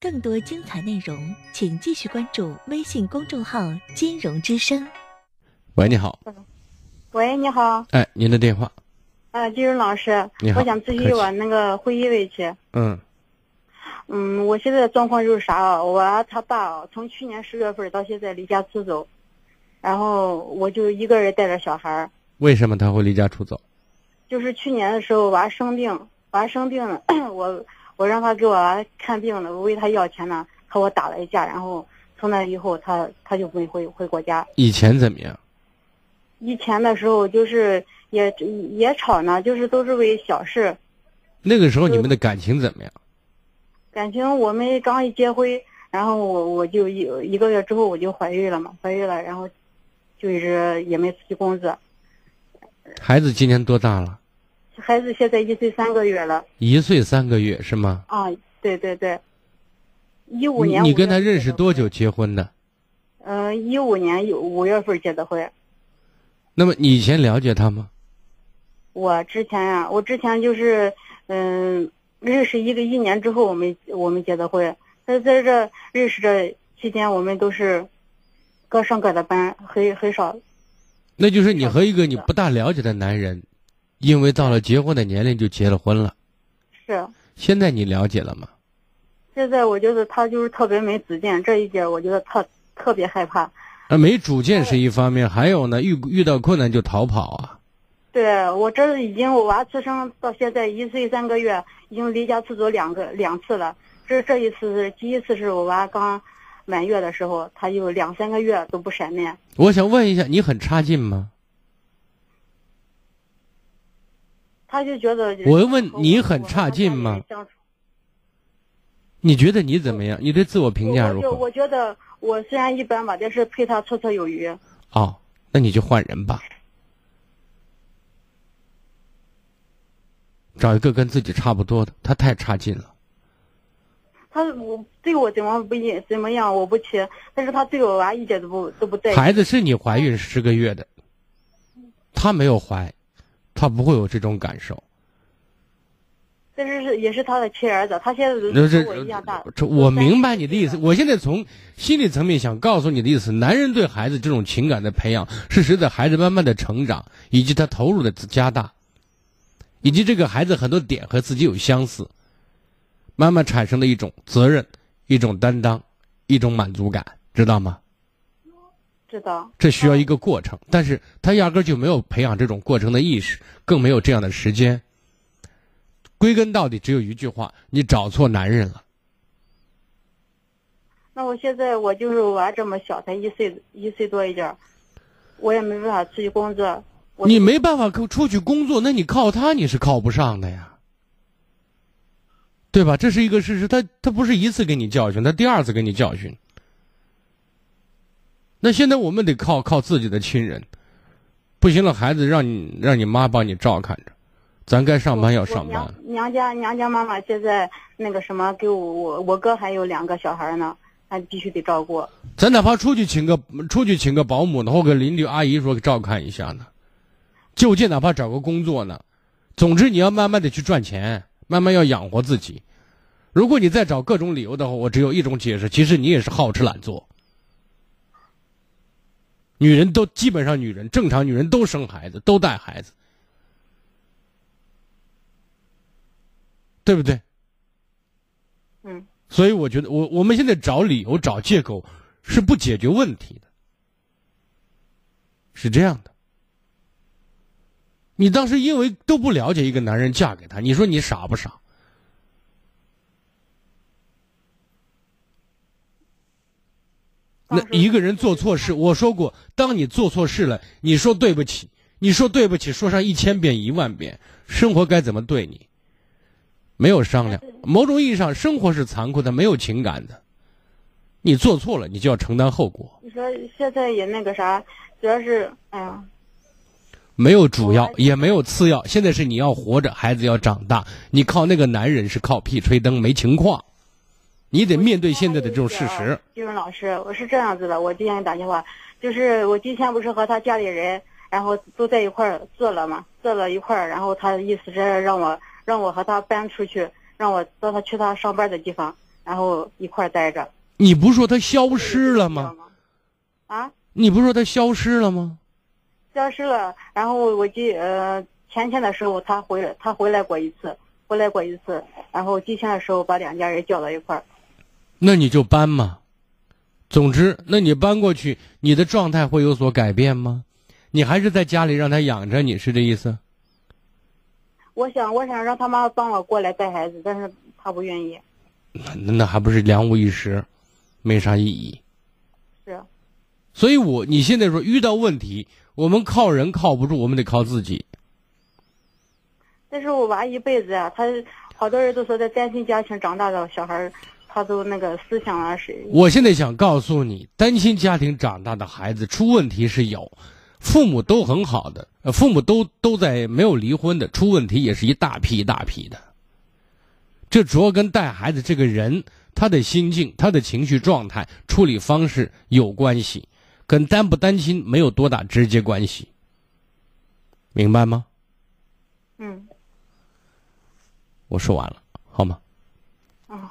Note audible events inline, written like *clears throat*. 更多精彩内容，请继续关注微信公众号“金融之声喂，你好，嗯喂，你好，哎，您的电话，呃，金融老师你，好我想咨客气询我那个婚姻问题。嗯嗯，我现在状况就是啥啊？我儿他爸啊从去年十月份到现在离家出走，然后我就一个人带着小孩儿。为什么他会离家出走？就是去年的时候，娃生病，娃生病 *clears throat* 了，我我让他给我娃看病了，我为他要钱呢，和我打了一架，然后从那以后他他就没回回国家。以前怎么样？以前的时候就是也也吵呢，就是都是为小事，那个时候你们的感情怎么样？感情我们刚一结婚，然后我我就一一个月之后我就怀孕了嘛，怀孕了，然后就一直也没辞去工作。嗯孩子今年多大了？孩子现在一岁三个月了一岁三个月是吗？啊，对对对，一五你年你5月跟他份认识结的多婚？久结婚的？嗯、1一五年有五月份结的婚。那么你以前了解他吗？我之前呀、我之前就是嗯，认识一个一年之后我们我们结的婚，在在这认识这期间我们都是各上各的班，很很少那就是你和一个你不大了解的男人，因为到了结婚的年龄就结了婚了。是。现在你了解了吗？现在我觉得他就是特别没主见，这一点我觉得特特别害怕。啊，没主见是一方面，还有呢，遇遇到困难就逃跑啊。对我这已经我娃出生到现在一岁三个月，已经离家出走两个两次了。这这一次是第一次是我娃刚满月的时候，他就两三个月都不闪面。我想问一下，你很差劲吗？他就觉得我问你很差劲吗？你觉得你怎么样？你对自我评价如我就何？我觉得我虽然一般吧，但是配他绰绰有余。哦，那你就换人吧，找一个跟自己差不多的，他太差劲了。他我对我怎么不一怎么样我不提，但是他对我娃一点都不都不在意。孩子是你怀孕十个月的，他没有怀，他不会有这种感受。但是是也是他的亲儿子，他现在那都这跟我一样大。这，我明白你的意思。我现在从心理层面想告诉你的意思，男人对孩子这种情感的培养，是随着孩子慢慢的成长，以及他投入的加大，以及这个孩子很多点和自己有相似，慢慢产生的一种责任、一种担当、一种满足感，知道吗？知道，这需要一个过程，但是他压根儿就没有培养这种过程的意识，更没有这样的时间。归根到底，只有一句话：你找错男人了。那我现在我就是娃这么小，才一岁一岁多一点儿，我也没办法出去工作。我你没办法出出去工作，那你靠他你是靠不上的呀，对吧？这是一个事实，他他不是一次给你教训，他第二次给你教训。那现在我们得靠靠自己的亲人，不行了，孩子让你让你妈帮你照看着，咱该上班要我上班娘。娘家娘家妈妈现在那个什么，给我我我哥还有两个小孩儿呢，还必须得照顾。咱哪怕出去请个出去请个保姆呢，或给邻居阿姨说照看一下呢，就近哪怕找个工作呢，总之你要慢慢的去赚钱，慢慢要养活自己。如果你再找各种理由的话，我只有一种解释，其实你也是好吃懒做。女人都基本上，女人正常女人都生孩子，都带孩子，对不对？嗯，所以我觉得，我我们现在找理由、找借口是不解决问题的，是这样的。你当时因为都不了解一个男人，嫁给他，你说你傻不傻？那当时嗯一个人做错事，我说过，当你做错事了，你说对不起，你说对不起，说上一千遍一万遍，生活该怎么对你，没有商量。某种意义上，生活是残酷的，没有情感的。你做错了，你就要承担后果，你说现在也那个啥，主要是哎呀，没有主要，也没有次要。现在是你要活着，孩子要长大，你靠那个男人是靠屁吹灯，没情况。你得面对现在的这种事实。金荣老师，我是这样子的，我今天打电话，就是我今天不是和他家里人，然后都在一块儿坐了嘛，坐了一块儿，然后他意思是让我让我和他搬出去，让我到他去他上班的地方，然后一块儿待着。你不说他消失了知道吗？吗？啊，你不说他消失了吗？消失了。然后我我记呃前天的时候他回来，他回来过一次，回来过一次。然后今天的时候把两家人叫到一块儿。那你就搬嘛。总之，那你搬过去，你的状态会有所改变吗？你还是在家里让他养着你，是这意思？我想我想让他妈帮我过来带孩子，但是他不愿意。啊那那还不是两五一时，没啥意义。是啊所以我你现在说遇到问题，我们靠人靠不住，我们得靠自己。但是我娃一辈子呀、啊他好多人都说在单亲家庭长大的小孩儿，他都那个思想啊是。我现在想告诉你，单亲家庭长大的孩子出问题是有，父母都很好的，呃父母都都在没有离婚的，出问题也是一大批一大批的。这主要跟带孩子这个人他的心境、他的情绪状态、处理方式有关系，跟单不单亲没有多大直接关系，明白吗？嗯，我说完了，好吗？啊、